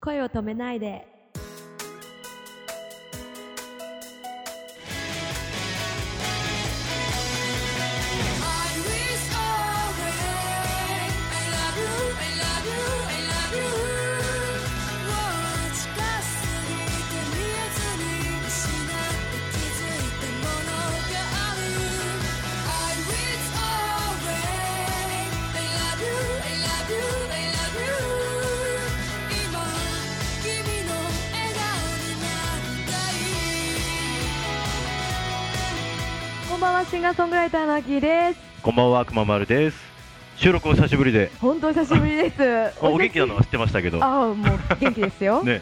声を止めないで。 Iris Orange. I love you, I love you, I love you. もう近すぎて見えずに失って気づいたものがある。Iris Orange. I love you, I love you, I love you. 今君の笑顔になりたい。こんばんは、シンガーソングライターのアキーです。こんばんは、くままるです。収録お久しぶりで、本当お久しぶりです。 まあお元気なのは知ってましたけど、ああ、もう元気ですよ。 ね、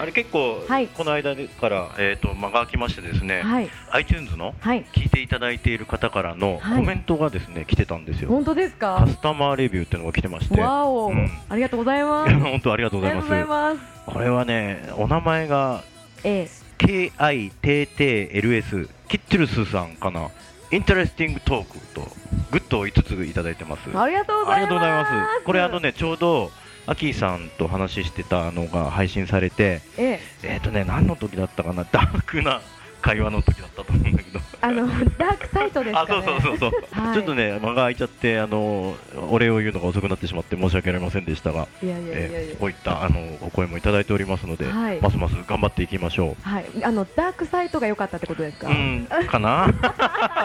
あれ結構、はいこの間から、えー、と間が空きましてですね、はい。 iTunes のはい。聞いていただいている方からのはいコメントがですね来てたんですよ、本当ですかカスタマーレビューっていうのが来てまして、いやわお、うんありがとうございます。本当ありがとうごあざりがとういますございます。これはね、お名前がえ KITTLS キッチルスさんかな、インタレスティングトークと、グッドを5ついただいてます。え、ありがとうごあざりいます。がとうございます。これあのねちょうどアキーさんと話してたのが配信されて、ええ、えっ、とね何の時だったかなダ ークな会話の時だったと思うんだけど。あ のダークサイトですかあね。そうそうそうそう、はいちょっとね間が空いちゃってあのお礼を言うのが遅くなってしまって申し訳ありませんでしたが、いやいやいやいや。えーこういったあのお声もいただいておりますので、はいますます頑張っていきましょはい、あのダークサイトが良かったってことですう。か。うんかな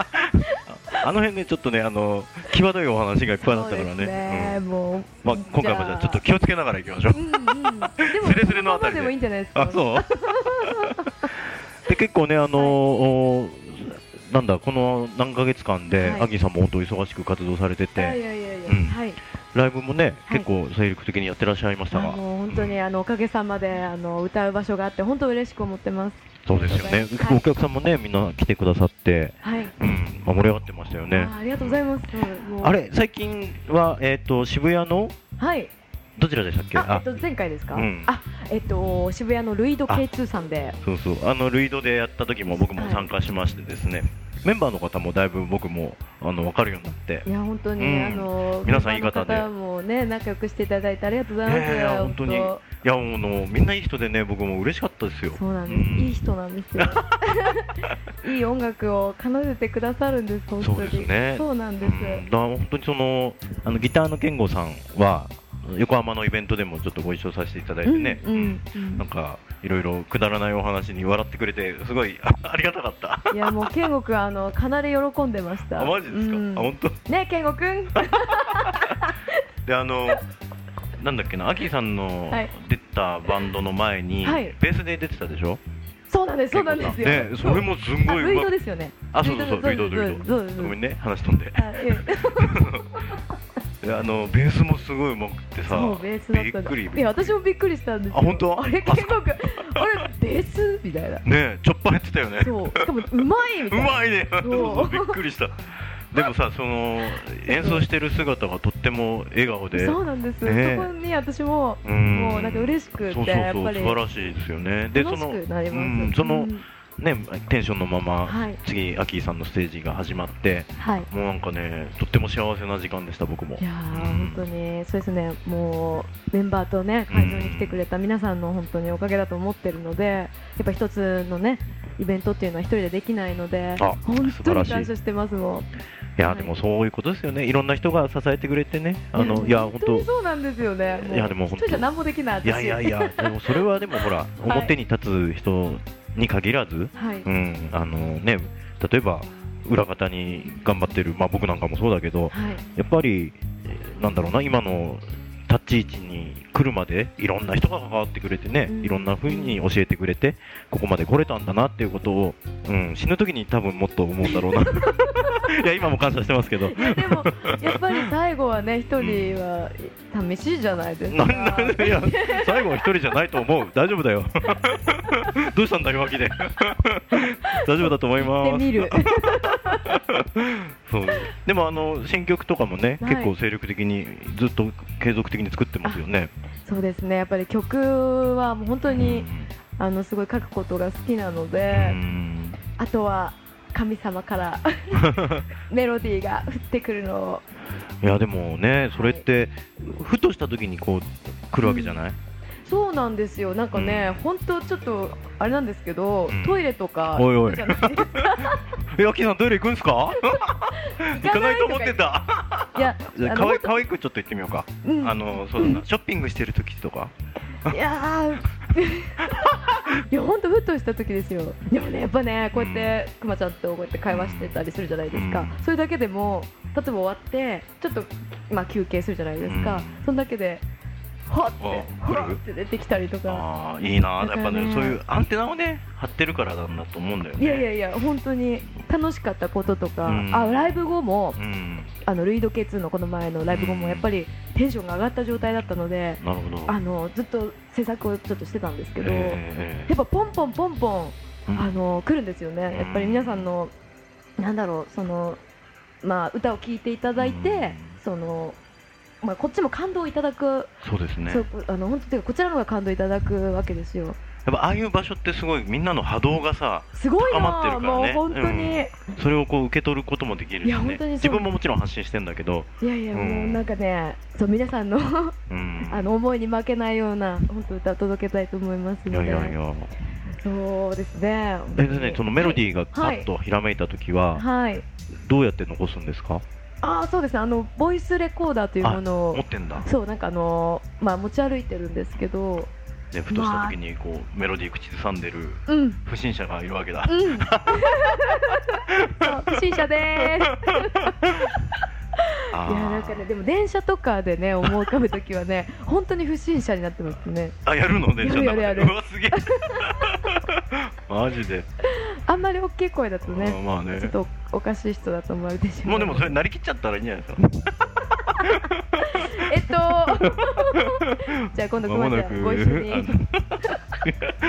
あの辺ねちょっとねあの際どいお話がいっぱいあったからそうですねね、うんもう、まあ、今回もじゃあちょっと気をつけながらいきましょう うんうん、でもスレスレのあたりそままででもいいんじゃないですか。あそう で結構ねあのーおなんだこの何ヶ月間で、はいアギーさんも本当忙しく活動されていやいてやいやいや、うんはい、ライブもね、はい結構精力的にやってらっしゃいましあたのが本当にあのおかげさまであの歌う場所があって本当嬉しく思ってます。そうですよね、はいお客さんもねみんな来てくださって、はい、うんまあ盛り上がってましたよねあありがとうございます。もうあれ最近は、えー、と渋谷のはい、どちらでしたっけあ、えっと前回ですか。うんあ、えっと渋谷のルイド K2 さんで、そうそうあのルイドでやった時も僕も参加しましてですね、メンバーの方もだいぶ僕もあの分かるようになっていや本当に、うんあの皆さんいい方でメンバーのもね仲良くしていただいてありがとうございます。いやいや本当にいやもうあのみんないい人でね僕も嬉しかったですよ。そうなんです、うんいい人なん ですよいい音楽を奏でてくださるんです本当にそうですねそうなんうです、ん、だから本当にそのあのギターの健吾さんは横浜のイベントでもちょっとご一緒させていただいてね、うんうんうんなんかいろいろくだらないお話に笑ってくれてすごい あありがたかった。いやもう健吾くんあのかなり喜んでましたあマジです か。うんあ本当。ね健吾くんであのなんだっけなアキさんのはい出たバンドの前に、はいベースで出てたでしょ。 そうなんですそうなんですよ、ねそれもすんあごルイいうまドでく。すよねあそうそうそうルイドルイド。そうですごめんね話飛んで。あええであのベースもすごいうまくてさ。そうベースだったんだびっくりいや私もびっくりしたんですよあ本当あれ健吾くんあれベースみたいなねえちょっぱやってたよねそうしかもうまいみうたいなまいねそうそうそう びっくりしたでもさその演奏してる姿がとっても笑顔でそうなんです、ねそこに私もうんもうなんか嬉しくそうそうてそうやっぱり素晴らしいですよねでそ楽しのくなります、うんそのうんねテンションのまま、はい次アキーさんのステージが始まってはいもうなんかねとっても幸せな時間でした僕もいやー本当にそうですねもうメンバーとね会場に来てくれた皆さんの本当におかげだと思ってるのでやっぱ一つのねイベントっていうのは一人でできないのであ本素当晴にらしい感謝してますもんいやでもそういうことですよねいろんな人が支えてくれてねあのいや本当にそうなんですよねいやでも本当一人じゃ何もできない私いやいやいやでもそれはで もほら表に立つ人に限らずはい、うん、あのね、例えば裏方に頑張ってる、まあ、僕なんかもそうだけど、はいやっぱり、えーなんだろうな、今の立ち位置に来るまで、いろんな人が関わってくれてね、うんいろんな風に教えてくれて、ここまで来れたんだなっていうことを、うん、死ぬ時に多分もっと思うんだろ うな。いや、今も感謝してますけど。いやでもやっぱり最後はね一人は寂しいじゃないですなか。なんでいや最後は一人じゃないと思う大丈夫 だよどうしたんだよ脇で大丈夫だと思いますで見る。そうでもあの新曲とかもね、はい結構精力的にずっと継続的に作ってますよね。そうですね。やっぱり曲はもう本当にあのすごい書くことが好きなのうで、んあとは神様から メロディーが降ってくるのをいやでもねそれってふとした時にこう来るわけじゃない、そうなんですよなんかね、本当ちょっとあれなんですけど、うんトイレとかおいおいじゃないですかえ、アッキーさんトイレ行くんすか行かないと思ってたいやじゃああのかわい可愛くちょっと言ってみようか、うんあのそうだな、ショッピングしてる時とかい やーいや本当ふっとした時ですよでもねやっぱねこうやってくまちゃんとこうやって会話してたりするじゃないですか、うんそれだけでも例えば終わってちょっと、まあ、休憩するじゃないですか、うんそんだけでほってあほって出てきたりとかああいいなだかやっらぱねねそういうアンテナをね張ってるからなんだと思うんだよねいやいやいや本当に楽しかったこととか、うんあライブ後もうんあのルイド K2 のこの前のライブ後もやっぱりテンションが上がった状態だったのでなるほどあのずっと制作をちょっとしてたんですけど、えやっぱポンポンポンポンえええうんあの来るんですよね、やっぱり皆さんのなんだろうその、まあ、歌を聴いていただいて、うんそのまあ、こっちも感動をいただく、そうですねそうあの本当ていうかこちらの方が感動いただくわけですよ。やっぱああいう場所ってすごいみんなの波動がさすごい高まってな、るからもうね本当に、それをこう受け取ることもできるし、ね、いや本当にそう自分ももちろん発信してんだけど、いやいや、うんもうなんかね、そう皆さんの うん、あの思いに負けないような本当歌を届けたいと思いますいのやで、いやいやそうですね。えでねそのメロディーがパはいッとひらめいた時は、はい、どうやって残すんですかああそうですね、あのボイスレコーダーというものを持ってんだそうなんかあのーまあ持ち歩いてるんですけど、ねふとした時にこうメロディー口ずさんでるうん うん、不審者がいるわけだそう不審者でーす。あいーやなんかねでも電車とかでね思い浮かぶときは ね本当に不審者になってますね。あやるのねやるやるやるじゃあなんかねうわ すげえマジで、あんまり大きい声だとあーねまあねちょっとおかしい人だと思われてしまう。もうでもそれなりきっちゃったらいいんじゃないですかえっと じゃあ今度くまちゃんご一緒にあ。の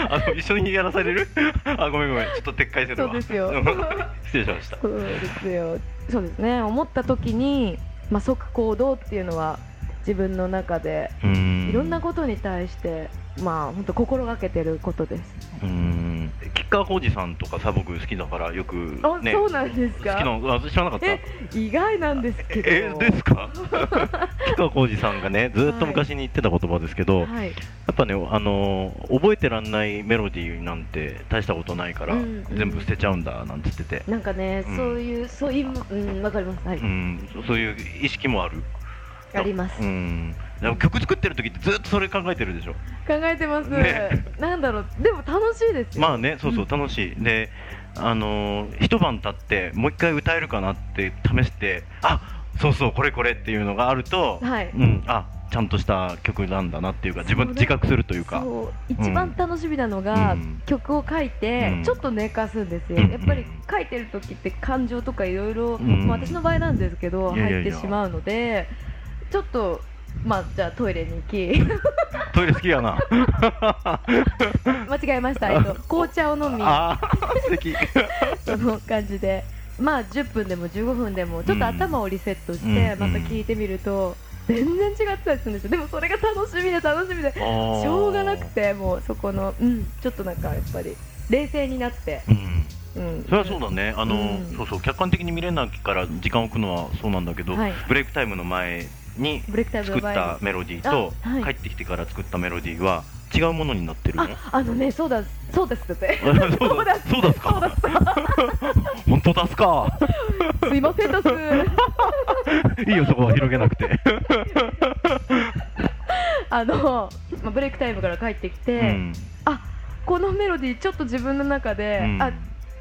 あの一緒にやらされるあごめんごめんちょっと撤回するわそうですよ 失礼しましたそうですよ。そうですね思ったときにまあ即行動っていうのは自分の中でいいろんなことに対して、まあ、本当心がけてることです。とうん吉川浩司さんとかさ僕好きだからよくあ、ねそう好なんですきなか。のあ知らなかったえ意外なんですけど。えですか 吉川浩司さんがねずっと昔に言ってた言葉ですけど、やはい。っぱねあの覚えてらんないメロディーなんて大したことないから、うんうん全部捨てちゃうんだなんて言ってて、なんかね、うんそういう、そういう、うん、わかります。はい。うん、そそういう意識もあるあります。う考んでも曲作ってる時ってずっとそれ考えてるでしょえてます。ねなんだろう、でも楽しいですよ。まあねそうそうう楽しい、であのー一晩経ってもう一回歌えるかなって試してあそうそうこれこれっていうのがあると、はい。うんあちゃんとした曲なんだなっていうか自分そう自覚するというかそう、一番楽しみなのが、うん曲を書いて、うんちょっと寝かすんですよ、うんやっぱり書いてる時って感情とかいろいろんまあ私の場合なんですけどいやい入やっいてやしまうのでちょっとまあじゃあトイレに行き トイレ好きやな間違えました、えっと、紅茶を飲みあー 素敵その感じでまあ10分でも15分でもちょっと頭をリセットしてうんまた聞いてみると全然違ってたりするんですよでもそれが楽しみで楽しみでししょうがなくてもうそこのうんちょっとなんかやっぱり冷静になってうんうんそれはそうだねあのー、うんそうそう客観的に見れなきから時間を置くのはそうなんだけど、はいブレイクタイムの前にブレイクタイム作の前ったにメロディーと、あはい帰ってきてから作ったメロディーは違うものになってるのああのねそうだそうですだって そうだそうだそうだっすそうだか本当だっ すかすいませんだすいいよそこは広げなくてあの、まあ、ブレイクタイムから帰ってきて、うんこのメロディーちょっと自分の中で、うんあ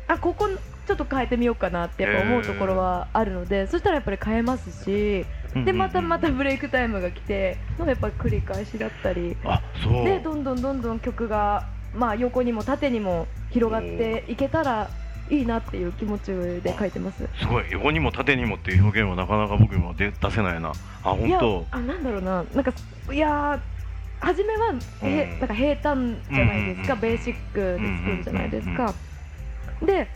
あここちょっと変えてみようかなってやっぱ思うところはあるので、そしたらやっぱり変えますしでまたまたブレイクタイムが来てのやっぱ繰り返しだったりあそうでどんどんどんどん曲が、まあ、横にも縦にも広がっていけたらいいなっていう気持ちで書いてます。すごい横にも縦にもっていう表現はなかなか僕も出出せないなあい本や当あなんだろうななんかいやー初めは、へうんなんか平坦じゃないですか、うんベーシックで作るじゃないですか、うんで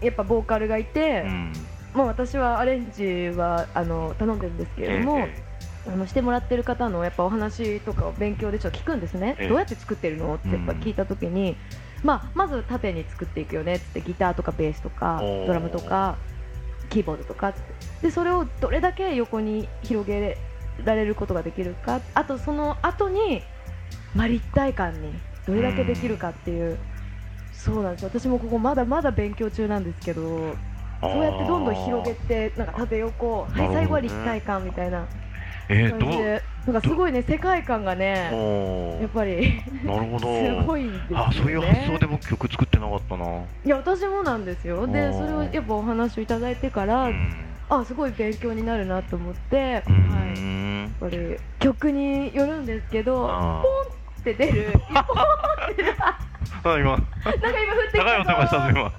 やっぱボーカルがいて、うんまあ、私はアレンジはあの頼んでるんですけれども、ええあのしてもらってる方のやっぱお話とかを勉強でちょっと聞くんですね、ええどうやって作ってるのってやっぱ聞いた時に、まあ、まず縦に作っていくよねっつってギターとかベースとかおードラムとかキーボードとかっつってでそれをどれだけ横に広げられることができるかあとその後にまあ、立体感にどれだけできるかっていう、そうなんですよ私もここまだまだ勉強中なんですけどそうやってどんどん広げてなんか縦横はなるほどいね最後は立体感みたいなえー、ど感じうでなんかすごいね世界観がねおやっーぱりなるほすどごいんですよ、ね、あそういう発想で僕曲作ってなかったな、うんいや私もなんですよおでーそれをやっぱお話をいただいてから、あすごい勉強になるなと思って、うはい、やっんぱり曲によるんですけどあって出 るーあ今なんか今降ってき高い音がした ぞ今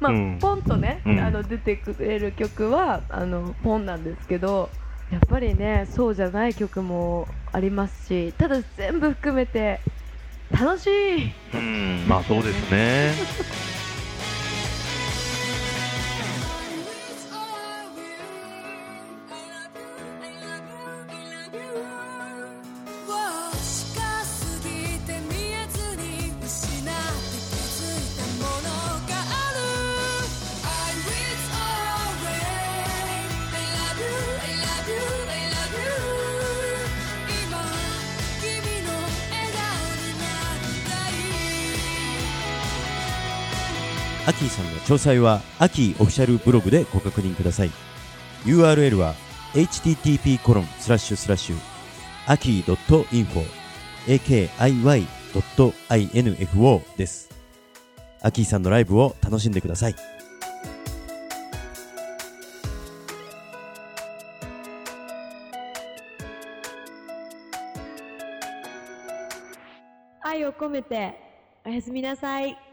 まあ、うんポンとね、うんあの出てくれる曲はあのポンなんですけどやっぱりねそうじゃない曲もありますしただ全部含めて楽しいうんまあそうですね Always are you. I love you, I love you, I love you. を近すぎて見えずに失って気づいたものがある。I will always. I love you, I love you, I love you. 今君の笑顔になりたい。アキーさんの詳細はアキーオフィシャルブログでご確認ください URL は http コロンスラッシュスラッシュアキー .info akiy.info ですアキーさんのライブを楽しんでください愛を込めておやすみなさい